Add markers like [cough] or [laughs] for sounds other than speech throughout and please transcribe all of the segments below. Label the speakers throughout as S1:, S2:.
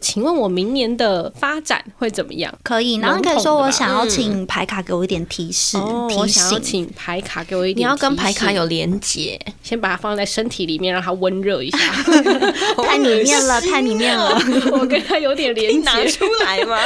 S1: 请问我明年的发展会怎么样？
S2: 可以，然后你可以说我想要请牌卡给我一点提示，
S1: 嗯哦，我
S2: 提
S1: 想要
S2: 醒。
S1: 请牌卡给我一点提
S3: 你
S1: 示，
S3: 要跟牌卡有连 [laughs] 结，
S1: 先把它放在身体里面，让它温热
S3: [laughs]
S1: 一下。
S2: 太里面了，太里
S1: [laughs]
S2: 面了。
S1: 我跟它有点连
S3: 拿
S1: 接。
S3: 出来吗？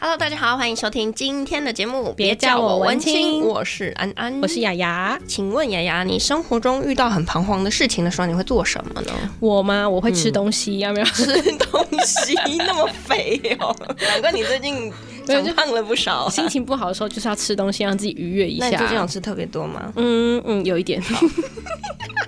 S3: Hello，大家好，欢迎收听今天的节目。
S1: 别叫我文青
S3: 我是安安，
S1: 我是。雅雅，
S3: 请问雅雅，你生活中遇到很彷徨的事情的时候，你会做什么
S1: [laughs]
S3: 呢？
S1: 我吗？我会吃东
S3: 嗯
S1: 西，要不 [laughs] 要？
S3: 吃东西那么肥哦，难怪你最近长胖了
S1: [laughs]
S3: 不少、啊
S1: 心情不好的时候就是要吃东西，让自己愉悦一
S3: 那你最近有
S1: 下。
S3: 吃特别多吗？
S1: 嗯嗯，有一
S3: [laughs]
S1: 点。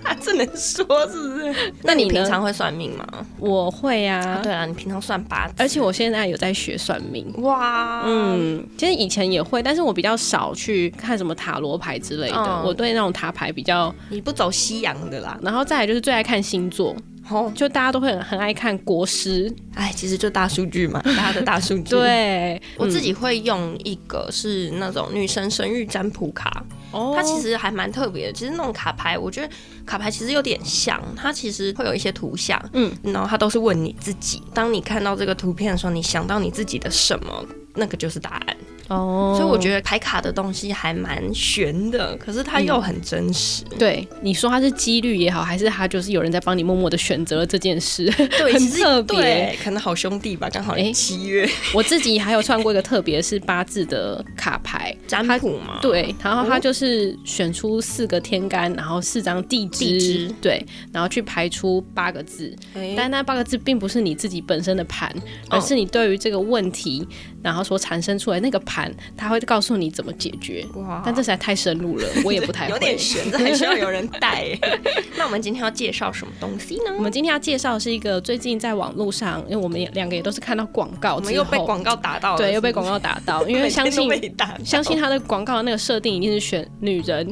S3: 啊，这能说是不是？ [laughs] 那
S1: 你
S3: 你
S1: 呢
S3: 平常会算命吗？
S1: 我会啊，
S3: 对啊，你平常算八字，
S1: 而且我现在有在学算命。
S3: 哇，嗯，
S1: 嗯，其实以前也会，但是我比较少去看什么塔罗牌之类的。
S3: 嗯
S1: 我对那种塔牌比较，
S3: 你不走西洋的啦，
S1: 然后再来就是最爱看星座，
S3: 哦，
S1: 就大家都会很很爱看国师。
S3: 哎，其实就大数据 [laughs] 嘛，大家的大数据。，
S1: 对，
S3: 我自
S1: 己、
S3: 己会用一个是那种女生生育占卜卡，
S1: 哦
S3: 它其实还蛮特别的。其实那种卡牌，我觉得卡牌其实有点像，它其实会有一些图像，
S1: 嗯，
S3: 然后它都是问你自己。当你看到这个图片的时候，你想到你自己的什么？那个就是答案，
S1: 哦，
S3: 所以我觉得牌卡的东西还蛮悬的，可是它又很真实。
S1: 对你说它是几率也好，还是它就是有人在帮你默默的选择了这件
S3: [laughs]
S1: 事，
S3: 对，
S1: 很
S3: 其实
S1: 特别
S3: 对可能好兄弟吧，刚好
S1: 哎
S3: 七月、
S1: 我自己还有算过一个特别是八字的卡牌，
S3: 占卜嘛，
S1: 对，然后它就是选出四个天干，然后四张地支，
S3: 地支
S1: 对，然后去排出八个字，
S3: 哎，
S1: 但那八个字并不是你自己本身的盘，
S3: 哦
S1: 而是你对于这个问题，然后所产生出来那个盘，它会告诉你怎么解决。
S3: 哇
S1: 但这实在太深入
S3: [laughs]
S1: 了，我也不太会。
S3: 哦有点悬，这还需要有人带 [laughs] 耶。那我们今天要介绍什么东西呢？
S1: 我们今天要介绍的是一个最近在网络上，因为我们也两个也都是看到广告
S3: 我
S1: 之
S3: 们
S1: 后，
S3: 又被广告打到了，
S1: 对又被
S3: 是不
S1: 广
S3: 是
S1: 告打
S3: [laughs]
S1: 到，因为
S3: 每
S1: 相
S3: 天都
S1: 信
S3: 被打到，
S1: 相
S3: [laughs]
S1: 信它的广告的那个设定一定是选女人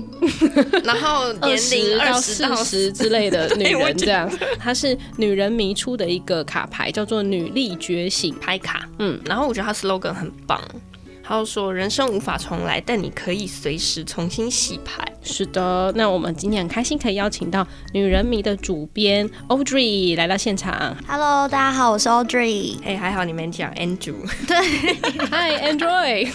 S3: 然后
S1: 二
S3: 年
S1: 十
S3: 龄
S1: 到
S3: 二
S1: 四
S3: 到
S1: 十之类的女
S3: 对我
S1: 人
S3: 觉
S1: 这样，它是女人迷出的一个卡牌，叫做女力觉醒。
S3: 拍卡，
S1: 嗯
S3: 嗯，然后我觉得他 slogan 很棒，他就说人生无法重来，但你可以随时重新洗牌。
S1: 是的，那我们今天很开心可以邀请到女人迷的主编 Audrey 来到现
S3: [laughs]
S1: 场。
S2: Hello，大家好，我是 Audrey， [laughs]
S3: 哎、还好你没讲 Andrew，
S1: Hi
S3: [laughs]
S1: Android，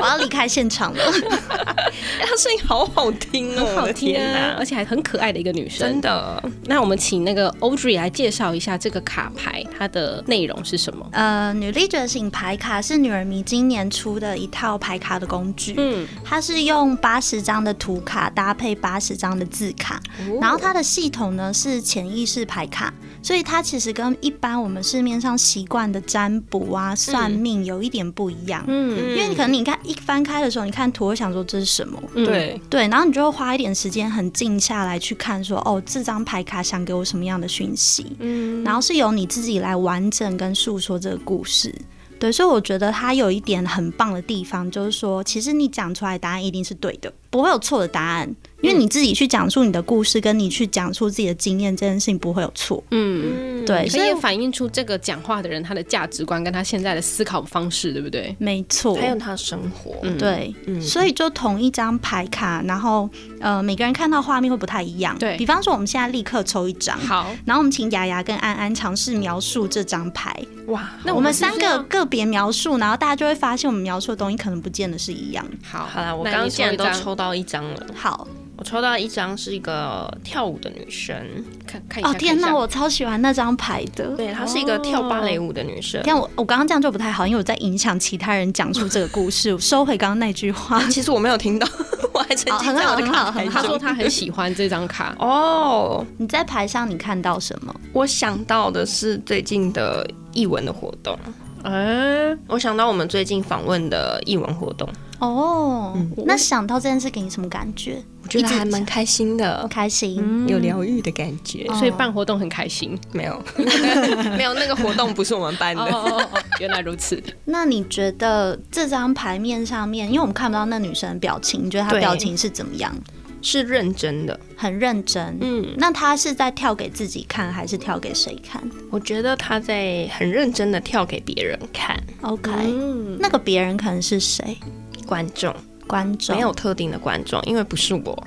S2: 我要离开现场了。 [laughs]
S3: 哎他声音好好听哦，我
S1: 好
S3: 的
S1: 听
S3: 天
S1: 啊，
S3: 哪！
S1: 而且还很可爱的一个女生
S3: 真。的，
S1: 那我们请那个 Audrey 来介绍一下这个卡牌，它的内容是什么？
S2: 呃，女力觉醒牌卡是女人迷今年出的一套牌卡的工具，
S1: 嗯，
S2: 它是用八十张的图卡搭配八十张的字卡，
S1: 哦
S2: 然后它的系统呢是潜意识牌卡，所以它其实跟一般我们市面上习惯的占卜啊、算命有一点不一样。
S1: 嗯
S2: 因为你可能你看一翻开的时候，你看图会想说这是什么，
S1: 嗯，
S3: 对，
S2: 对，然后你就会花一点时间很静下来去看说，哦，这张牌卡想给我什么样的讯息，嗯，然后是由你自己来完整跟诉说这个故事。对，所以我觉得它有一点很棒的地方，就是说，其实你讲出来答案一定是对的，不会有错的答案，因为你自己去讲述你的故事，跟你去讲述自己的经验，这件事情不会有错。
S1: 嗯。
S3: 嗯，
S2: 对，
S1: 所
S2: 所
S1: 以
S2: 以
S1: 也反映出这个讲话的人他的价值观跟他现在的思考方式，对不对？
S2: 没错，
S3: 还有他的生活，
S1: 嗯
S2: 对，所以就同一张牌卡，然后呃，每个人看到画面会不太一样。
S1: 对
S2: 比方说，我们现在立刻抽一张，
S1: 好，
S2: 然后我们请雅雅跟安安尝试描述这张牌。
S3: 哇，
S1: 那
S2: 我
S1: 我们
S2: 们
S1: 是不
S2: 三
S1: 是
S2: 个个别描述，然后大家就会发现我们描述的东西可能不见得是一样的。
S1: 好，
S3: 好啦，我
S1: 那
S3: 刚刚
S1: 你
S3: 竟然
S1: 一
S3: 都
S1: 张
S3: 抽到一张了，
S2: 好
S3: 我抽到一张是一个跳舞的女生，
S1: 看哎看一下。
S2: 哦，天
S1: 哪，
S2: 哪，我超喜欢那张牌的。
S3: 对，她是一个跳芭蕾舞的女生。
S2: 但我我刚刚这样就不太好，因为我在影响其他人讲述这个故事。我收回刚刚那句
S3: [laughs]
S2: 话。
S3: 其实我没有听到，我还沉浸在我的卡
S2: 哦
S3: 牌
S2: 很
S1: 他
S2: 好
S1: 说
S3: 中。，
S1: 他很喜欢这张卡
S3: 哦，
S2: 你在牌上你看到什么？
S3: 我想到的是最近的艺文的活动，
S1: 哎，
S3: 我想到我们最近访问的艺文活动，
S2: 哦，那想到这件事给你什么感觉？
S3: 我觉得还蛮开心的，
S2: 开心。
S3: 有疗愈的感觉。
S2: 哦
S1: 所以办活动很开心。
S3: 没有， [laughs] 没有，那个活动不是我们办
S1: 哦
S3: 的。
S1: 哦哦哦， [laughs] 原来如此。
S2: 那你觉得这张牌面上面，因为我们看不到那女生的表情，你觉得她
S3: 对
S2: 表情是怎么样？
S3: 是认真的，
S2: 很认真。
S3: 嗯，
S2: 那她是在跳给自己看，还是跳给谁看
S3: 我觉得她在很认真的跳给别人看，
S2: ？OK，、
S1: 嗯，
S2: 那个别人可能是谁？
S3: 观众
S2: 观众
S3: 没有特定的观众，因为不是我。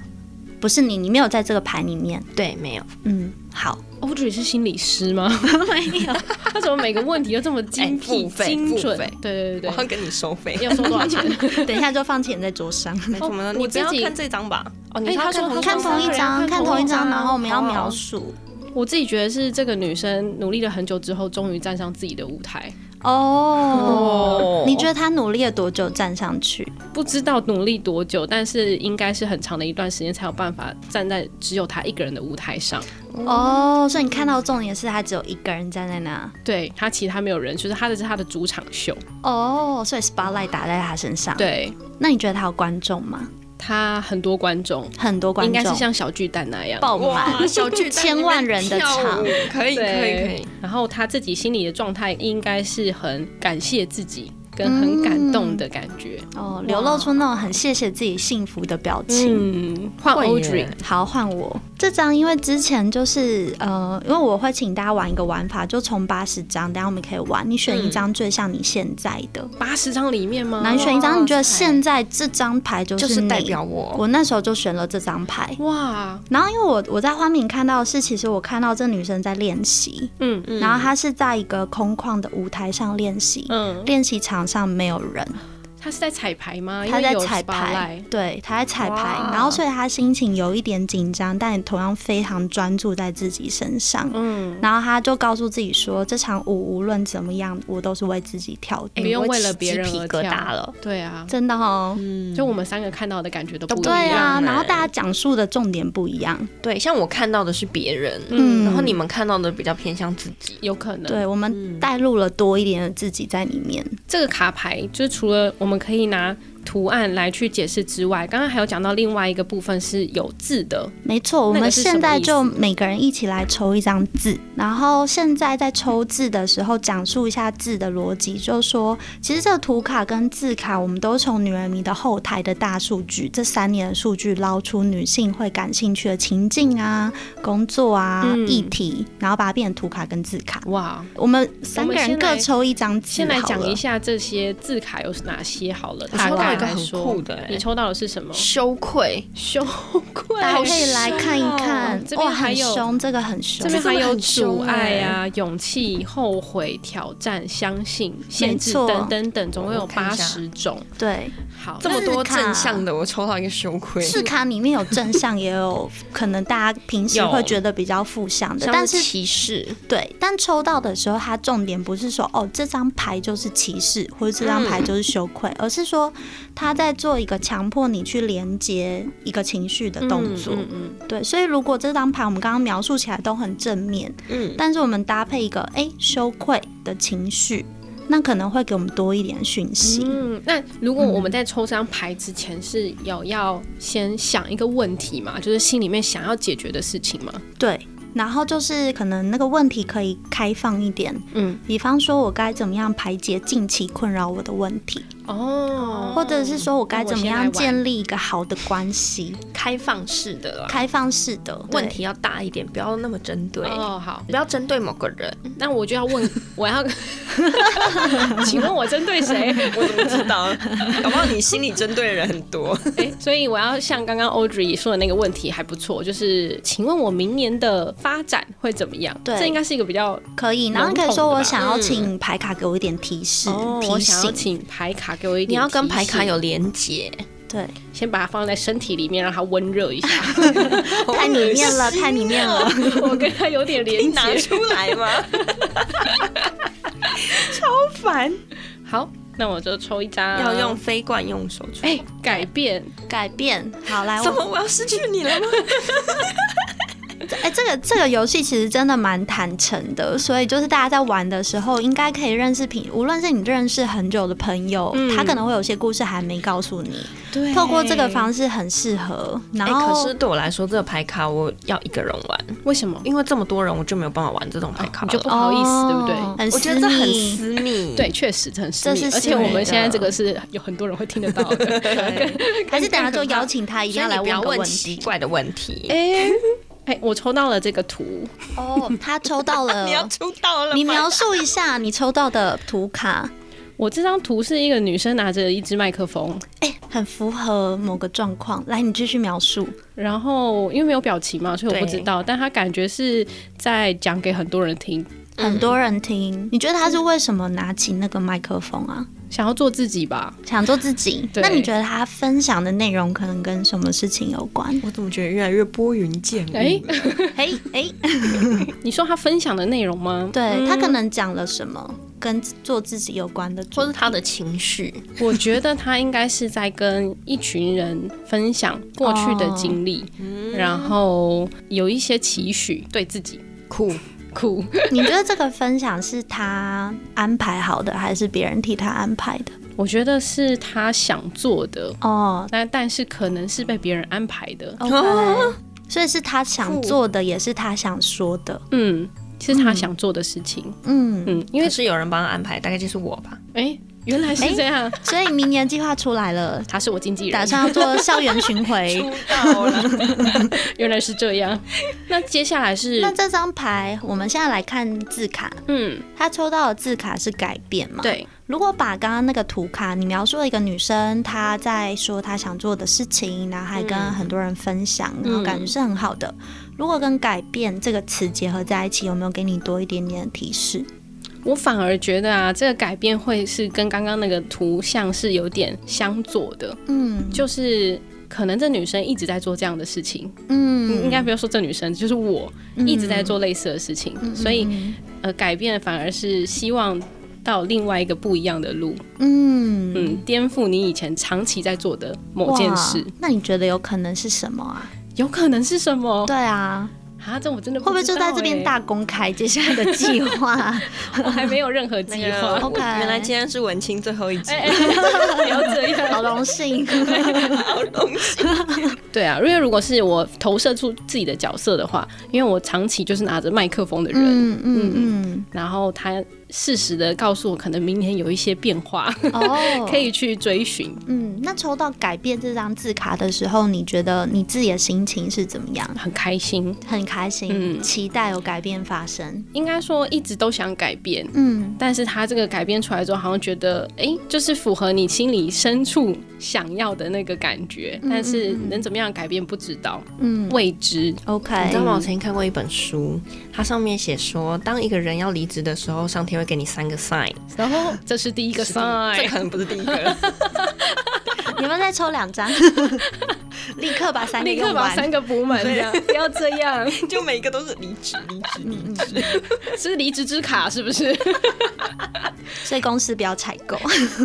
S2: 不是你，你没有在这个盘里面。
S3: 对，没有。
S2: 嗯，
S1: [laughs]
S2: 好，
S1: Audrey 是心理师 [laughs] 吗？
S3: 没有，
S1: 他怎么每个问题都这么精辟、
S3: 哎付费
S1: 精准
S3: 付费？
S1: 对对
S3: 我
S1: 对
S3: 要
S1: 对，
S3: 跟你收费。
S1: 要收多少钱？
S2: 等一下就放钱在
S1: [laughs]
S2: 桌上。
S3: 没怎么了？
S1: 哦
S3: 你
S1: 我
S3: 不
S1: 自
S3: 要
S1: 己
S3: 看这张吧？哦，
S1: 哎
S3: 你
S1: 他
S3: 要
S1: 说
S3: 看
S1: 他
S3: 同
S1: 说
S2: 看同一张，
S1: 看
S2: 看
S1: 同
S2: 同
S1: 一
S2: 一
S1: 张
S2: 张，然后我们要
S1: 好啊
S2: 描述。
S1: 我自己觉得是这个女生努力了很久之后，终于站上自己的舞台。
S2: 哦
S3: 哦，
S2: 你觉得他努力了多久站上去？
S1: 不知道努力多久，但是应该是很长的一段时间才有办法站在只有她一个人的舞台上。
S2: 哦，所以你看到重点是他只有一个人站在那。
S1: 对她，其他没有人，就是她的是她的主场秀。
S2: 哦，所以 spotlight 打在他身上。，
S1: 对
S2: 那你觉得他有观众吗？
S1: 她很多观众，
S2: 很多观
S1: 应
S2: 众，
S1: 该是像小巨蛋那样。
S2: 爆
S3: 哇，哦
S2: 满
S3: [laughs] 小巨蛋
S2: 千万人的
S3: 跳舞
S2: 场。
S3: 可以可以可
S1: 对
S3: 以。
S1: 然后她自己心里的状态应该是很感谢自己，跟很
S2: 嗯
S1: 感动的感觉。
S2: 哦，流露出那种很谢谢自己幸福的表情。
S1: 嗯，换
S3: 会
S1: Audrey
S3: 耶
S2: 好，换我这张，因为之前就是呃，因为我会请大家玩一个玩法，就从八十张，等一下我们可以玩，你选一张最像你现在的，
S3: 嗯
S1: 八十张里面吗？
S2: 那你选一张，
S3: 哇
S2: 你觉得
S3: 塞
S2: 现在这张牌就是
S3: 就是代
S2: 你
S3: 表我，
S2: 我那时候就选了这张牌。
S1: 哇，
S2: 然后因为我我在花瓶看到的是，其实我看到这女生在练习，
S1: 嗯
S2: 然后她是在一个空旷的舞台上练习，
S1: 嗯，
S2: 练习场上没有人，
S1: 她是在彩排吗？啊
S2: 她
S1: 因为
S2: 在
S1: 有
S2: 彩排
S1: spotlight，，
S2: 对，她在彩排，
S3: 哇
S2: 然后所以她心情有一点紧张，但也同样非常专注在自己身上。
S1: 嗯，
S2: 然后她就告诉自己说，这场舞无论怎么样，我都是为自己跳的。
S1: 不用为了别人
S3: 鸡皮
S1: 而
S3: 疙瘩
S1: 跳
S3: 了。
S1: 对啊，
S2: 真的哦，
S1: 就我们三个看到的感觉都不一
S2: 对
S1: 样。哎
S2: 啊，
S3: 欸
S2: 然后大家讲述的重点不一样，
S3: 对，像我看到的是别人，
S2: 嗯
S3: 然后你们看到的比较偏向自己。
S1: 有可能，
S2: 对我们
S1: 嗯
S2: 带入了多一点的自己在里面。
S1: 这个卡牌就是除了我们可以拿图案来去解释之外，刚刚还有讲到另外一个部分是有字的，
S2: 没错，我
S1: 那
S2: 们
S1: 个是什
S2: 现
S1: 么
S2: 在
S1: 意思
S2: 就每个人一起来抽一张字，然后现在在抽字的时候讲述一下字的逻辑，就是说，其实这个图卡跟字卡，我们都从女人迷的后台的大数据这三年的数据捞出女性会感兴趣的情境啊、工作啊、
S1: 嗯
S2: 议题，然后把它变成图卡跟字卡。
S1: 哇！
S2: 我们三个
S1: 我们
S2: 人
S1: 先
S2: 各
S1: 来
S2: 抽一张字
S1: 先来
S2: 好
S1: 讲一
S2: 了
S1: 下这些字卡有哪些好了，
S3: 我抽
S1: 大概
S3: 到一个
S1: 来
S3: 很
S1: 说
S3: 酷，的、欸
S1: 你，抽到的是什么？ [laughs]
S3: 羞愧，
S1: 羞愧，
S2: 大家可以来看一看，
S1: 哦这
S2: 哇，
S1: 边还
S2: 很
S1: 有
S2: 凶，这个很凶
S1: 这。边还有
S3: 这真的很
S1: 阻
S3: 凶
S1: 碍啊、勇气、后悔、挑战、相信、限制
S2: 错
S1: 等等等，总共有
S3: 我看
S1: 八
S3: 一下
S1: 十种。
S2: 对，
S1: 好，
S3: 这么多
S2: 字卡
S3: 正向的，我抽到一个羞愧。
S2: 字卡里面有正向，也有可能大家平时
S3: 有
S2: 会觉得比较负向的，
S3: 像
S2: 但是
S3: 歧视，
S2: 对，但抽到的时候，它重点不是说哦这张牌就是歧视，或者这张牌就是羞愧，而是说他在做一个强迫你去连接一个情绪的动作。
S1: 嗯嗯嗯
S2: 对，所以如果这张牌我们刚刚描述起来都很正面，
S3: 嗯，
S2: 但是我们搭配一个哎羞愧的情绪，那可能会给我们多一点讯息。
S1: 嗯，那如果我们在抽这张牌之前是有要先想一个问题嘛，就是心里面想要解决的事情嘛？
S2: 对，然后就是可能那个问题可以开放一点，
S1: 嗯，
S2: 比方说我该怎么样排解近期困扰我的问题，
S1: 哦，
S2: 或者是说我该怎么
S1: 那
S2: 样
S1: 我先来玩
S2: 建立一个好的关系，
S3: 开放式的啦，
S2: 开放式的
S3: 问。题要大一点，不要那么针对，
S1: 哦，好，
S3: 不要针对某个人。
S1: 那我就要问，我要， [laughs] 请问我针对谁？
S3: [laughs] 我怎么知 [laughs] 道？搞不好你心里针对的人很多。
S1: 诶所以我要像刚刚 Audrey 说的那个问题还不错，就是请问我明年的发展会怎么样？
S2: 对
S1: 这应该是一个比较
S2: 对可以，然后你可以说我想要请牌卡给我一点提示、
S1: 嗯哦我
S3: 哦
S2: 提
S1: 想要
S2: 醒，
S1: 请牌卡给我一点提
S3: 你
S1: 示，
S3: 要跟牌卡有连结，
S1: [laughs]
S2: 对，
S1: 先把它放在身体里面，让它温热一
S3: [laughs]
S1: 下。 [laughs]
S2: 太里面了，太里面了。
S1: 我跟它有点
S3: 你
S1: 连
S3: 拿
S1: 接。
S3: 出来 [laughs] 吗？
S1: 烦。好，那我就抽一张，
S3: [laughs] 要用。非惯用手出。
S1: 哎、改变
S2: 改变，好来，
S3: 怎
S2: 我
S3: 么我要失去你了吗？
S2: 哎、这个这个游戏其实真的蛮坦诚的，所以就是大家在玩的时候，应该可以认识平，无论是你认识很久的朋友，
S1: 嗯
S2: 他可能会有些故事还没告诉你，
S1: 对
S2: 透过这个，方式很适合。然
S3: 哎、
S2: 后、
S3: 可是对我来说，这个牌卡我要一个人玩，
S1: 为什么？
S3: 因为这么多人，我就没有办法玩这种牌哎卡
S1: 你
S3: 了。
S1: 就
S3: 哎
S1: 不好意思，对不
S2: 哦
S1: 对？
S2: 很
S3: 我觉得
S2: 私
S3: 这很
S2: 密
S3: 私密。
S1: 对，，确实这很私密
S2: 这是
S1: 而
S2: 私
S1: 且
S2: 密
S1: 我们现在
S3: 的
S1: 这个是有很多人会听得到的。
S3: [laughs]
S2: 还是等下就邀请他一
S3: 所以
S2: 样
S3: 你
S2: 来
S3: 不
S2: 问
S3: 要
S2: 个
S3: 问
S2: 问
S3: 奇
S2: 题。
S3: [laughs] 怪的问题。
S1: 哎哎，我抽到了这个图，
S2: 哦，他抽到了
S3: [laughs] 你。要出道了吗，
S2: 你描述一下你抽到的图卡，
S1: 我这张图是一个女生拿着一支麦克风，
S2: 哎、很符合某个状况。来，你继续描述。
S1: 然后因为没有表情嘛，所以我不
S3: 对？
S1: 知道，但她感觉是在讲给很多人听，
S2: 很多人听，你觉得他是为什么拿起那个麦克风啊？
S1: 想要做自己吧。
S2: 想做自己？
S1: 对
S2: 那你觉得他分享的内容可能跟什么事情有关 [laughs]
S3: 我怎么觉得越来越拨云见
S1: 哎
S3: 雾？
S2: 嘿，哎，
S1: 你说她分享的内容吗？嗯
S2: 对他可能讲了什么跟做自己有关的主题， [laughs]
S3: 或是他的情绪，
S1: 我觉得他应该是在跟一群人分享过去的经历，然后有一些期许对自己
S3: 酷，
S1: 酷。
S2: 你觉得这个分享是他安排好的，还是别人替他安排的？
S1: 我觉得是他想做的，
S2: [laughs] 哦
S1: 那但是可能是被别人安排的。
S2: ，OK，、所以是他想做的，也是他想说 [laughs] 的。
S1: 嗯，是他想做的事情。
S2: 嗯，
S1: 嗯，因
S3: 因为
S1: 为
S3: 是有人帮他安排，大概就是我吧。
S1: 哎、原来是这样，
S2: 所以明年计划出来 [laughs] 了，
S1: 他是我经纪人
S2: 打。算要做校园巡 [laughs] 回。
S3: 道了，
S1: [laughs] 原来是这
S2: [laughs]
S1: 样。那接下来是
S2: 那这张牌，我们现在来看字卡，
S1: 嗯，
S2: 他抽到的字卡是改变嘛？。
S1: 对，
S2: 如果把刚刚那个图卡，你描述了一个女生，她在说她想做的事情，然后还跟很多人分享，然后感觉是很好的。如果跟改变这个词结合在一起，有没有给你多一点点的提示？
S1: 我反而觉得啊，这个改变会是跟刚刚那个图像是有点相左的。
S2: 嗯
S1: 就是可能这女生一直在做这样的事情，
S2: 嗯
S1: 应该不要说这女生，就是我一直在做类似的事情，
S2: 嗯
S1: 所以呃，改变反而是希望到另外一个不一样的路，
S2: 嗯
S1: 嗯，颠覆你以前长期在做的某件事
S2: 哇，那你觉得有可能是什么啊？
S1: 有可能是什么
S2: 对啊，
S1: 啊？这我真的
S2: 会不会
S1: 知
S2: 就
S1: 道
S2: 在这边
S1: 欸？
S2: 大公开接下来的计划？
S1: 我还没有任何
S2: [laughs]
S1: 计划。
S2: OK
S3: 原来今天是文青最后一集，
S1: 哦哎哎，不要这样，
S2: 好荣幸，
S3: [laughs] 好东西。
S1: [laughs] 对啊，因为如果是我投射出自己的角色的话，因为我长期就是拿着麦克风的人，
S2: 嗯嗯
S1: 然后他适时的告诉我，可能明年有一些变化，
S2: 嗯，
S1: [laughs]
S2: 哦，
S1: 可以去追寻。
S2: 嗯，那抽到改变这张字卡的时候，你觉得你自己的心情是怎么样？
S1: 很开心，
S2: 很开心，
S1: 嗯
S2: 期待有改变发生。
S1: 应该说一直都想改变，
S2: 嗯，
S1: 但是他这个改变出来之后，好像觉得，哎、就是符合你心里深处想要的那个感觉，但是能怎么样改变不知道，
S2: 嗯
S1: 未知。
S2: ，OK，
S3: 你知道吗？我曾经看过一本书，它上面写说，当一个人要离职的时候，上天会给你三个 sign。
S1: 然后这是第一个
S2: 哦
S3: 这
S1: sign，
S3: 可能不是第一个，
S2: 你们再抽两 [laughs] 张，立刻把三个
S1: 立刻
S2: 用
S1: 把
S2: 完。
S1: 三个补
S2: [laughs]
S1: 满，这样不要这样，
S3: 就每一个都是离职，离职，离职。
S1: 是离职之卡是不是？
S2: 所以公司不要采购。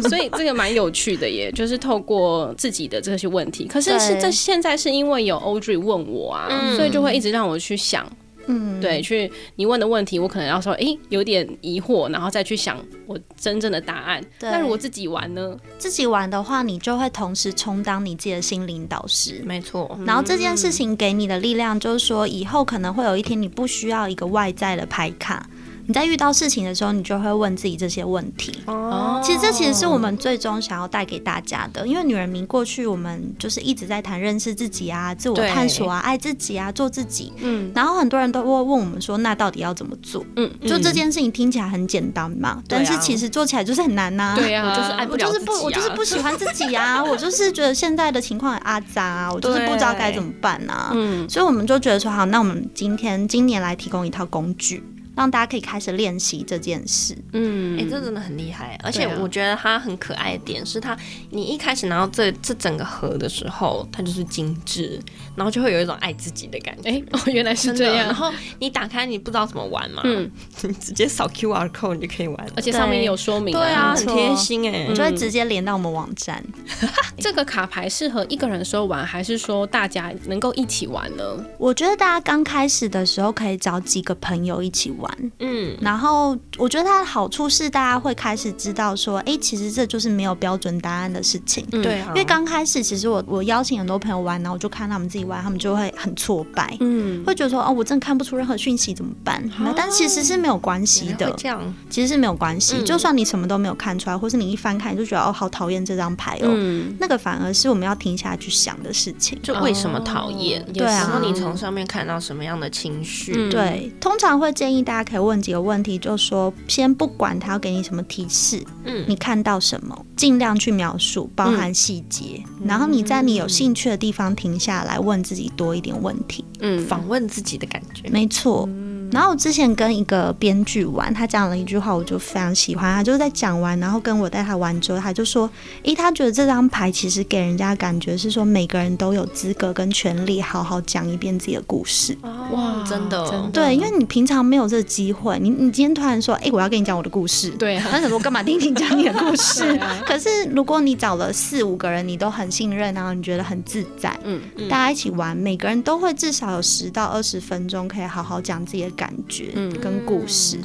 S1: 所以这个蛮有趣的耶，就是透过自己的这些问题。可是
S2: 对
S1: 是这现在是因为有 Audrey 问我啊，所以就会一直让我去想，
S2: [laughs] 嗯，
S1: 对，去你问的问题，我可能要说，诶，有点疑惑，然后再去想我真正的答案。
S2: 对
S1: 那如果自己玩呢？
S2: 自己玩的话，你就会同时充当你自己的心灵导师。
S3: 没错，
S2: 然后这件
S1: 嗯
S2: 事情给你的力量，就是说以后可能会有一天你不需要一个外在的牌卡，你在遇到事情的时候，你就会问自己这些问题。
S1: 哦，
S2: 其实这其实是我们最终想要带给大家的，因为女人迷过去我们就是一直在谈认识自己啊、自我
S3: 对
S2: 探索啊、爱自己啊、做自己。
S1: 嗯
S2: 然后很多人都会问我们说，那到底要怎么做？
S1: 嗯，啊
S2: 就这件事情听起来很简单嘛，但是其实做起来就是很难呐、
S1: 对啊，
S3: 我就是爱
S2: 我
S3: 不了
S2: 就是
S3: 自己、
S2: 不，
S3: 啊
S2: 我就是不喜欢自
S1: [laughs]
S2: 己啊！我就是觉得现在的情况很阿杂、啊，我就是不知道该怎么办啊！
S1: 嗯
S2: 所以我们就觉得说，好，那我们今天今年来提供一套工具，让大家可以开始练习这件事。
S1: 嗯，
S3: 哎、这真的很厉害，而且
S1: 对啊
S3: 我觉得它很可爱的点是它，你一开始拿到这这整个盒的时候，它就是精致，然后就会有一种爱自己的感觉。
S1: 哎、哦，原来是
S3: 真的
S1: 这
S3: 然
S1: 样，
S3: 后你打开，你不知道怎么玩嘛，
S1: 嗯，
S3: [laughs] 你直接扫 QR code 你就可以玩了。
S1: 而且上面也有说明、
S3: 对啊，
S2: 没
S3: 很
S2: 错嗯
S3: 贴心哎、
S1: 嗯
S2: 你就会直接连到我们网站。
S1: 这个卡牌适合一个人的时候玩，还是说大家能够一起玩呢？
S2: 我觉得大家刚开始的时候可以找几个朋友一起玩，
S3: 嗯，
S2: 然后我觉得它的好处是大家会开始知道说，诶，其实这就是没有标准答案的事情。
S1: 嗯
S3: 对啊，
S2: 因为刚开始，其实我我邀请很多朋友玩，然后我就看他们自己玩，他们就会很挫败，
S1: 嗯，
S2: 会觉得说哦，我真的看不出任何讯息，怎么办？
S1: 啊
S2: 但其实是没有关系
S3: 原来
S2: 的
S3: 会，这样，
S2: 其实是没有关系。
S3: 嗯
S2: 就算你什么都没有看出来，或是你一翻开你就觉得哦，好讨厌这张牌哦，
S1: 嗯，
S2: 那个反而是我们要停下来去想的事情。
S3: 就为什么讨厌？
S1: 哦
S2: 对啊
S3: 然后你从上面看到什么样的情绪？
S1: 嗯
S2: 对，通常会建议大家可以问几个问题，就说先不管他要给你什么提示，嗯，你看到什么，尽量去描述，包含细节，然后你在你有兴趣的地方停下来，问自己多一点问题。
S1: 嗯，
S3: 访问自己的感觉。
S2: 没错。然后我之前跟一个编剧玩，他讲了一句话，我就非常喜欢。他就是在讲完，然后跟我带他玩之后，他就说：“诶，他觉得这张牌其实给人家感觉是说，每个人都有资格跟权利好好讲一遍自己的故事。
S1: 哇
S3: 真的
S1: 哦真的
S2: 对，因为你平常没有这个机会，你你今天突然说：‘哎诶，我要跟你讲我的故事。’
S1: 对啊，
S2: 那怎么干嘛听你讲你的故
S1: [laughs]
S2: 事
S1: 对？
S3: [laughs]
S1: 啊
S2: 可是如果你找了四五个人，你都很信任，然啊后你觉得很自在，
S1: 嗯
S2: 大家一起玩，每个人都会至少有十到二十分钟可以好好讲自己的感觉跟故事。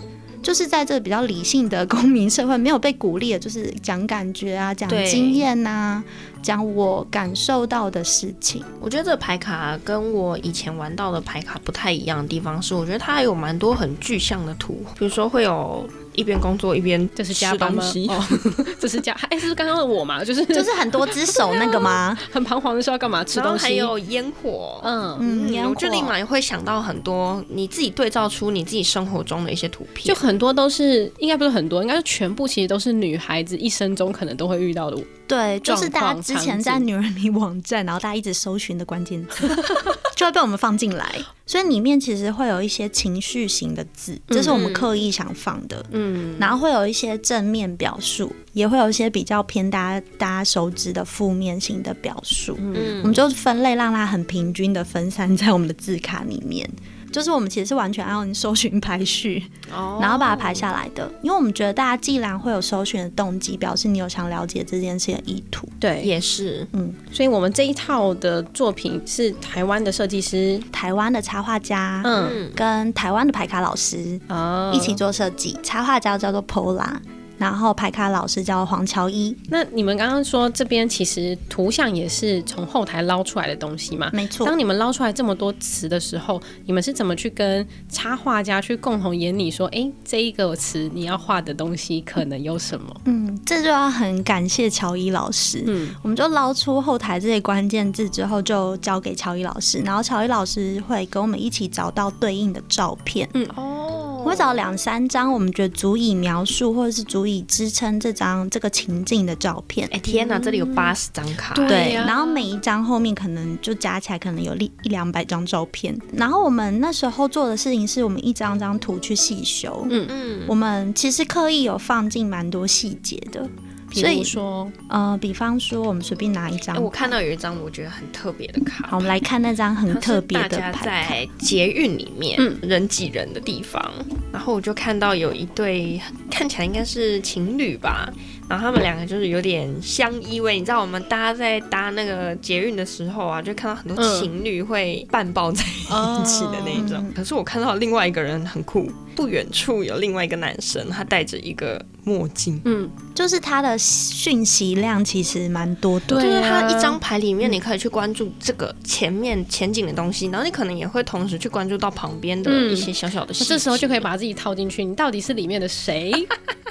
S2: 就是在这个比较理性的公民社会，没有被鼓励的，就是讲感觉啊，讲
S3: 对
S2: 经验呐、讲我感受到的事情。
S3: 我觉得这牌卡跟我以前玩到的牌卡不太一样的地方是，我觉得它还有蛮多很具象的图，比如说会有一边工作一边
S1: 这是加班
S3: 吃
S1: 吗
S3: 东西？ [laughs]
S1: 哦， [laughs] 这是加，哎、这是刚刚的我嘛，就是
S2: 就
S1: 就是
S2: 是很多只手那个吗？
S1: 很彷徨的时候要干 [laughs] 嘛吃
S3: 然后
S1: 东西，
S3: 还有烟火，
S1: 嗯，
S2: [laughs] 嗯，烟
S3: 我就
S2: 火
S3: 立马会想到很多你自己对照出你自己生活中的一些图
S1: 就
S3: 片，
S1: 很多都是应该不是很多，应该是全部其实都是女孩子一生中可能都会遇到的
S2: 对，就是
S1: 状
S2: 大家
S1: 况
S2: 之
S1: 场
S2: 前在
S1: 景
S2: 女人迷网站，然后大家一直搜寻的关键字， [laughs] 就会被我们放进来。所以里面其实会有一些情绪型的字，这是我
S1: 嗯
S2: 们刻意想放的。嗯，然后会有一些正面表述，也会有一些比较偏大家大家熟知的负面型的表述。
S3: 嗯
S1: 嗯
S2: 我们就分类让它很平均的分散在我们的字卡里面。就是我们其实是完全按搜寻排序，然后把它排下来的，因为我们觉得大家既然会有搜寻的动机，表示你有想了解这件事的意图。
S1: 对
S3: 也是
S1: 所以我们这一套的作品是台湾的设计师，
S2: 台湾的插画家，
S1: 嗯
S2: 跟台湾的牌卡老师
S1: 啊
S2: 一起。做设计，插画家叫做 Pola，然后牌卡老师叫黄乔伊，
S1: 那你们刚刚说这边其实图像也是从后台捞出来的东西嘛？
S2: 没错。
S1: 当你们捞出来这么多词的时候，你们是怎么去跟插画家去共同研拟说，哎、这一个词你要画的东西可能有什么？
S2: 嗯，这就要很感谢乔伊老师。
S1: 嗯，
S2: 我们就捞出后台这些关键字之后，就交给乔伊老师，然后乔伊老师会跟我们一起找到对应的照片。
S3: 哦
S2: 我会找两三张我们觉得足以描述或者是足以支撑这张这个情境的照片。
S3: 哎天哪，这里有八十张卡，
S1: 对
S2: 对，
S1: 呀
S2: 然后每一张后面可能就加起来可能有一一两百张照片。
S1: 嗯
S2: 然后我们那时候做的事情是我们一张张图去细修，
S1: 嗯
S3: 嗯，
S2: 我们其实刻意有放进蛮多细节的。
S1: 比
S2: 所以
S1: 如
S3: [laughs]
S1: 说，
S2: 呃，比方说我们随便拿一张
S3: 哎，我看到有一张我觉得很特别的卡，
S2: 好，我们来看那张很
S3: 它是
S2: 特别的
S3: 大家
S2: 牌嗯卡。
S3: 在捷运里面，人挤人的地方，然后我就看到有一对看起来应该是情侣吧，然后他们两个就是有点相依偎。你知道我们大家在搭那个捷运的时候啊，就看到很多
S1: 嗯
S3: 情侣会半抱在
S2: 哦
S3: 一起的那种。
S2: 嗯
S3: 可是我看到另外一个人很酷，不远处有另外一个男生，他戴着一个墨镜。
S1: 嗯，
S2: 就是它的讯息量其实蛮多的，
S1: 对
S3: 就是
S1: 啊
S3: 它一嗯张牌里面，你可以去关注这个前面前景的东西，然后你可能也会同时去关注到旁边的一些小小的细
S1: 那
S3: 节。
S1: 这时候就可以把自己套进去，你到底是里面的
S2: [laughs]
S1: 谁？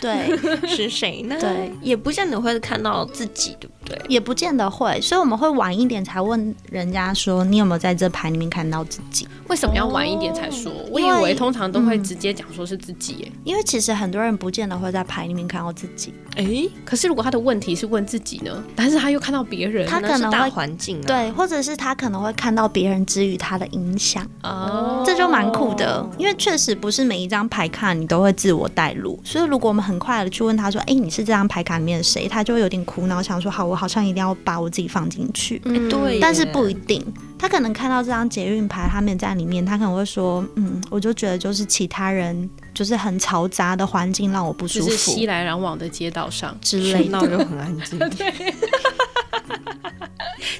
S2: 对，
S3: 是谁呢？
S2: 对，
S3: 也不见得会看到自己，对不对？
S2: 也不见得会，所以我们会晚一点才问人家说你有没有在这牌里面看到自己。
S1: 为什么要晚一点才说？我以
S2: 因为
S1: 为通常都会直接讲说是自己耶。
S2: 哦因为嗯其实很多人不见得会在牌里面看到自己，
S3: 哎，
S1: 可是如果他的问题是问自己呢？但是他又看到别人，
S2: 他
S3: 可能
S2: 可能
S3: 是
S2: 会
S3: 大环境啊，
S2: 对，或者是他可能会看到别人之于他的影响，
S1: 哦，
S2: 这就蛮酷的。因为确实不是每一张牌卡你都会自我带入，所以如果我们很快的去问他说：“哎、你是这张牌卡里面的谁？”他就会有点苦恼，想说：“好，我好像一定要把我自己放进去。
S3: 哎对耶，
S2: 但是不一定，他可能看到这张捷运牌，他没在里面，他可能会说：“嗯，我就觉得就是其他人就是很嘈杂的环境让我不舒
S1: 就是
S2: 服
S1: 熙来攘往的街道上，
S2: 之类的。”
S3: 闹就很安静。 [laughs] 对，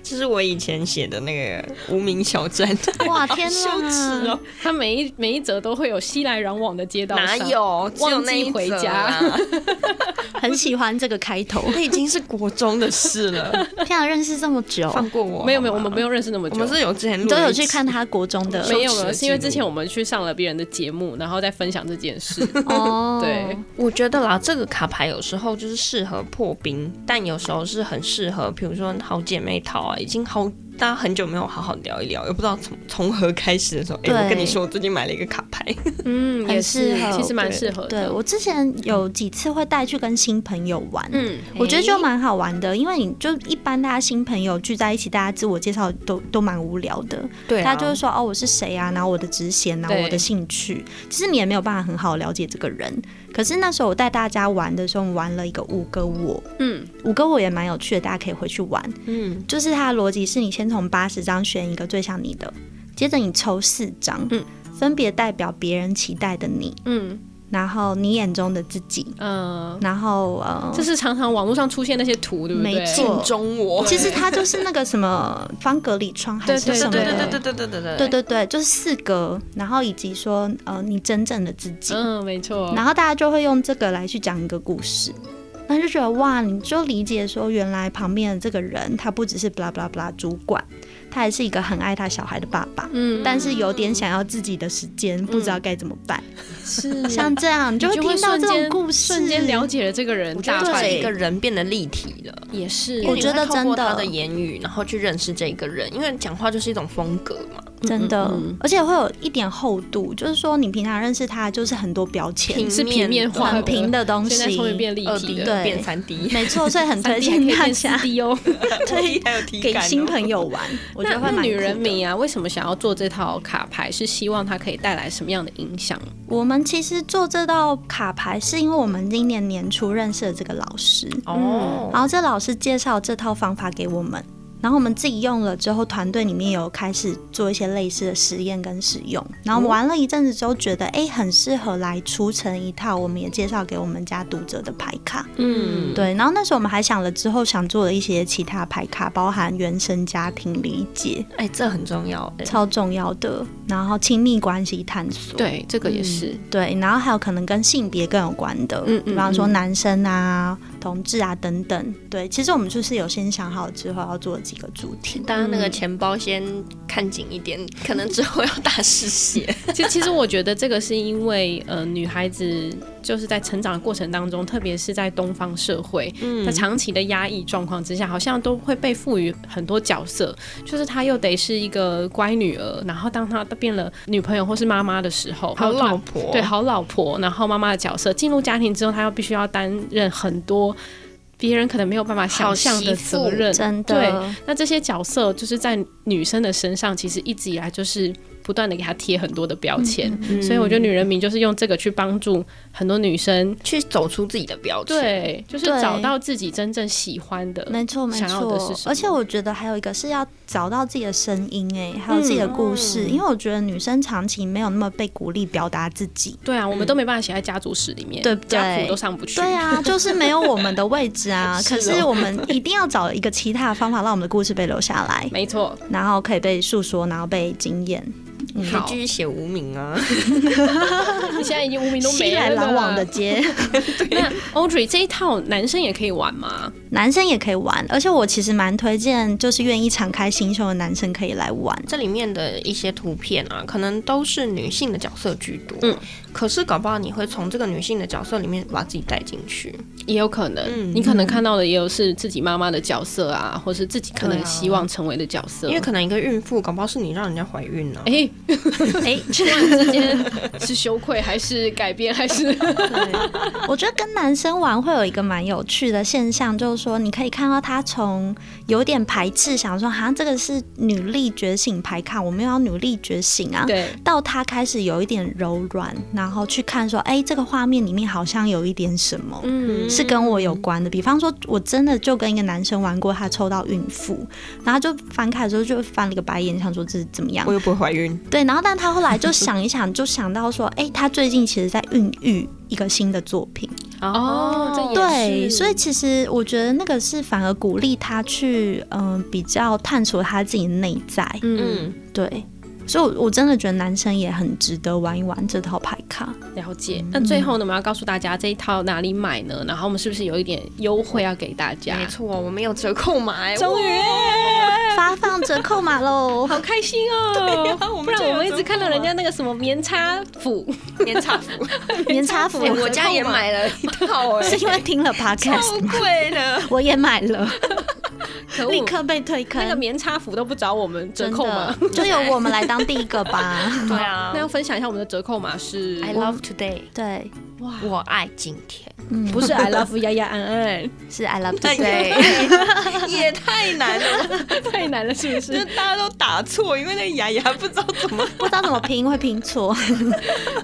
S3: 这是我以前写的那个无名小站，
S2: 哇，
S3: 好
S2: [laughs] 天
S3: 羞耻
S2: 哪！
S3: [laughs] 哦！
S1: 他每一每一则都会有熙来攘往的街道
S3: 哪
S1: 上。
S3: 有？只有那一
S1: 回
S3: 则啊
S1: 家，
S2: 很喜欢这个开头。
S3: [laughs] 那已经是国中的事了，
S2: 天啊，认识这么久，
S3: [laughs] 放过我。
S1: 没有没有，我
S3: 好吗
S1: 们没有认识那么
S3: 我
S1: 久。
S3: 们是有之前
S2: 你
S3: 录
S2: 都
S3: 了
S2: 有
S3: 一
S2: 去
S3: 集
S2: 看他国中的
S1: 没有
S3: 羞耻
S1: 了，
S3: 的
S1: 是因为
S3: 记
S1: 之
S3: 录
S1: 前我们去上了别人的节目，然后再分享这件
S2: [laughs]
S1: 事。
S2: 哦
S1: 对，
S3: 我觉得啦，这个卡牌有时候就是适合破冰，但有时候是很适合，比如说好姐妹淘啊，已经好大家很久没有好好聊一聊，也不知道从从何开始的时候，哎、我跟你
S2: 对
S3: 说，我最近买了一个卡牌，
S1: 嗯，
S2: 很
S1: 也是
S2: 适，合
S1: 其实蛮适合
S2: 对
S1: 的。
S2: 我之前有几次会带去跟新朋友玩，
S1: 嗯，
S2: 我觉得就
S3: 哎
S2: 蛮好玩的，因为你就一般大家新朋友聚在一起，大家自我介绍都都蛮无聊的，
S1: 啊
S3: 对
S2: 大家就会说哦我是谁啊，然后我的职衔，然后我的兴趣，其实你也没有办法很好了解这个人。可是那时候我带大家玩的时候，我们玩了一个五个我，
S1: 嗯，
S2: 五个我也蛮有趣的，大家可以回去玩。
S3: 嗯，
S2: 就是它的逻辑是你先从八十张选一个最像你的，接着你抽四张，
S1: 嗯
S2: 分别代表别人期待的你，
S1: 嗯，
S2: 然后你眼中的自己，
S1: 呃，
S2: 然后呃，
S1: 这是常常网络上出现那些图，对不对？
S2: 没错
S3: 镜中我，
S2: 其实它就是那个什么方格里窗还是
S1: 对
S2: 什么
S1: 对
S2: 的，
S1: 对
S3: 对对对对
S2: 对对对，就是四格，然后以及说呃你真正的自己，
S1: 嗯，没错。
S2: 然后大家就会用这个来去讲一个故事。那就觉得哇，你就理解说，原来旁边的这个人，他不只是 blah blah blah 主管，他还是一个很爱他小孩的爸爸。
S1: 嗯，
S2: 但是有点想要自己的时间，不知道该怎么办。
S1: 是
S2: 像这样，你就会
S1: 嗯你就会
S2: 听到这
S1: 瞬
S2: 种
S1: 间
S2: 故事，
S1: 瞬间了解了这个人，
S3: 我觉
S1: 大
S3: 得
S1: 半
S3: 这
S2: 对
S3: 一个人变得立体了。
S1: 也是
S3: 因为
S2: 我
S3: 你
S2: 觉
S3: 会
S2: 得
S3: 透过
S2: 真的
S3: 他的言语，然后去认识这个人，因为讲话就是一种风格嘛，
S2: 真的，
S1: 嗯嗯
S2: 而且会有一点厚度，就是说你平常认识他，就是很多标签，
S1: 是平面化的
S2: 很平的东
S1: 现在
S2: 西
S1: 后。面变立
S3: 二
S1: 体
S3: D
S1: 的，
S2: 对
S3: 变三 D，
S2: 没错，所以很
S1: 3D
S2: 推荐
S1: 还可以
S2: 大
S1: 变 [laughs]
S2: 家
S1: 4D 哦。
S3: [laughs] 对，还有体
S2: 给
S3: 感哦
S2: 新朋友玩， [laughs] 我觉
S1: 那
S2: 得会
S1: 那
S2: 蛮
S1: 女人
S2: 酷的。
S1: 迷啊，为什么想要做这套卡牌？是希望它可以带来什么样的影响？
S2: 我们其实做这道卡牌，是因为我们今年年初认识了这个老师，
S3: 哦，
S2: 然后这老师介绍这套方法给我们，然后我们自己用了之后，团队里面有开始做一些类似的实验跟使用。然后我们玩了一阵子之后，觉得哎、诶很适合来出成一套，我们也介绍给我们家读者的牌卡。
S1: 嗯，
S2: 对，然后那时候我们还想了之后，想做了一些其他牌卡，包含原生家庭理解，
S3: 哎，这很重要，哎
S2: 超重要的，然后亲密关系探索。
S1: 对，这
S2: 嗯
S1: 个也是，
S2: 对，然后还有可能跟性别更有关的，
S1: 嗯嗯
S2: 比方说
S1: 嗯
S2: 男生啊、同志啊等等。对，其实我们就是有先想好之后要做几个主题。
S3: 大家那个钱包先看紧一点，可能之后要大失血。
S1: [laughs] 其其实我觉得这个是因为，呃，女孩子就是在成长的过程当中，特别是在东方社会，
S3: 嗯
S1: 在长期的压抑状况之下，好像都会被赋予很多角色，就是她又得是一个乖女儿，然后当她变了女朋友或是妈妈的时候，
S3: 好
S1: 她突然
S3: 老婆，
S1: 对，好老婆，然后妈妈的角色进入家庭之后，她要必须要担任很多别人可能没有办法想象的责任。
S2: 真
S1: 对
S2: 的，
S1: 那这些角色就是在女生的身上，其实一直以来就是不断的给她贴很多的标签，
S3: 嗯
S1: 所以我觉得女人名就是用这个去帮助很多女生，
S3: 去走出自己的标签。，
S1: 对，就是
S2: 对
S1: 找到自己真正喜欢的，
S2: 没错没
S1: 想要的是
S2: 错。
S1: 什么
S2: 而且我觉得还有一个是要找到自己的声音、哎，还有自己的故事，
S3: 嗯
S2: 因为我觉得女生长期没有那么被鼓励表达自己。
S1: 对啊，我们都没办法写在家族史里面，
S2: 对不对
S1: 家谱都上不去，
S2: 对 [laughs] 啊，就是没有我们的位置啊。
S3: 是
S2: 可 [laughs]
S3: 哦
S2: 是我们一定要找一个其他的方法，让我们的故事被留下来，
S1: 没错，
S2: 然后可以被诉说，然后被经验。嗯
S3: 可以继续写无名啊。
S1: 你现在已经无名
S2: [laughs]
S1: 都
S2: 熙
S1: 没了
S2: 来
S1: 啦。
S2: 攘往的街，
S1: 那 Audrey 这一套男生也可以玩吗？
S2: 男生也可以玩，而且我其实蛮推荐，就是愿意敞开心胸的男生可以来
S1: [laughs]
S2: 玩。
S3: 这里面的一些图片啊，可能都是女性的角色居多。
S1: 嗯
S3: 可是搞不好你会从这个女性的角色里面把自己带进去。
S1: 也有可能，
S3: 嗯
S1: 你可能看到的也有是自己妈妈的角色啊，或是自己可能希望成为的角色。
S3: 因为可能一个孕妇，搞不好是你让人家怀孕了、啊。
S1: 哎，
S2: 哎、
S1: 之间是羞愧还是改变还是？。
S2: 我觉得跟男生玩会有一个蛮有趣的现象，就是说你可以看到他从有点排斥，想说哈这个是女力觉醒牌卡，我们要女力觉醒啊
S1: [laughs] 对，
S2: 到他开始有一点柔软，然后去看说，哎、这个画面里面好像有一点什么，
S1: 嗯
S2: 是跟我有关的。比方说，我真的就跟一个男生玩过，他抽到孕妇，然后就翻开的时候就翻了个白眼，想说这是怎么样
S3: 我？又不会怀孕，
S2: 对，然后但他后来就想一想，就想到说，哎、他最近其实在孕育一个新的作品。
S1: 哦这也
S2: 对，
S1: 是
S2: 所以其实我觉得那个是反而鼓励他去，嗯、比较探索他自己的内在。
S1: 嗯，
S3: 嗯，
S2: 对，所以我我真的觉得男生也很值得玩一玩这套牌卡。
S1: 了解。那最后呢，我们要告诉大家这一套哪里买呢？然后我们是不是有一点优惠要给大家
S3: 没？错，我们有折扣码、 [laughs] 哎
S1: 终于
S2: 发放折扣码喽！
S1: 好开心哦！
S3: 啊我们
S1: 不然
S3: 就有
S1: 我们一
S3: 折
S1: 直看到
S3: 扣
S1: 人
S3: 啊
S1: 家那个什么棉插服，
S3: 哇棉差服， [laughs]
S2: 年差服，
S3: 哎我家也 [laughs] 买了一套、哎，
S2: 是因为听了 podcast 吗
S3: 超贵的。
S2: 我也买了，
S1: 可恶，
S2: 立刻被推坑
S1: 那。个棉差服都不找我们折
S2: 真
S1: 扣吗
S2: 的？，就由我们来当第一个吧。
S3: [laughs] 对啊
S1: 那要分享一下我们的折扣码是
S3: [laughs] ，I love today，
S2: 对，
S1: 哇，
S3: 我爱今天，
S2: 嗯，
S1: 不是 I love 丫丫安安，
S2: 是 I [laughs] love
S3: 哎
S2: today。
S3: 也 [laughs] 太难了，
S1: [laughs] 太难了是不
S3: 就是
S1: 是？
S3: 大家都打错，因为那雅雅不知道怎么
S2: 不知道怎么拼会拼 [laughs] 错，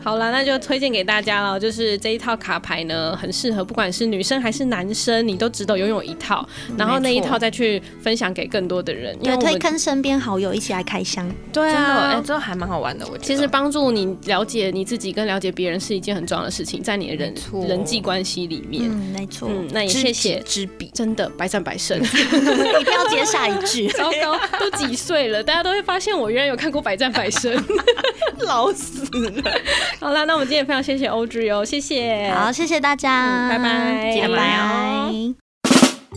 S1: 好啦，那就推荐给大家了。就是这一套卡牌呢，很适合不管是女生还是男生，你都值得拥有一套。然后那一
S3: 嗯没错
S1: 套再去分享给更多的人，因为
S2: 对，
S1: 我
S2: 推
S1: 们
S2: 坑身边好友一起来开箱。
S1: 对
S3: 真的，哎、
S1: 啊。
S3: 这还蛮好玩的，我觉得。
S1: 其实帮助你了解你自己跟了解别人是一件很重要的事情，在你的人
S3: 没错
S1: 人际关系里面。
S2: 嗯，没错， [laughs]
S1: 嗯，那也
S3: 知
S1: 谢谢
S3: 己，知彼，
S1: 真的百战百胜。。
S2: 一定要接下一句
S1: [laughs] 糟糕，都几岁了，大家都会发现我原来有看过《百战百胜》。
S3: 老死了，
S1: [laughs] 好啦，那我们今天也非常谢谢 Audrey 哦，谢谢。
S2: [laughs] 好，谢谢大家，
S1: 嗯拜拜
S2: 拜
S3: 见
S2: 拜。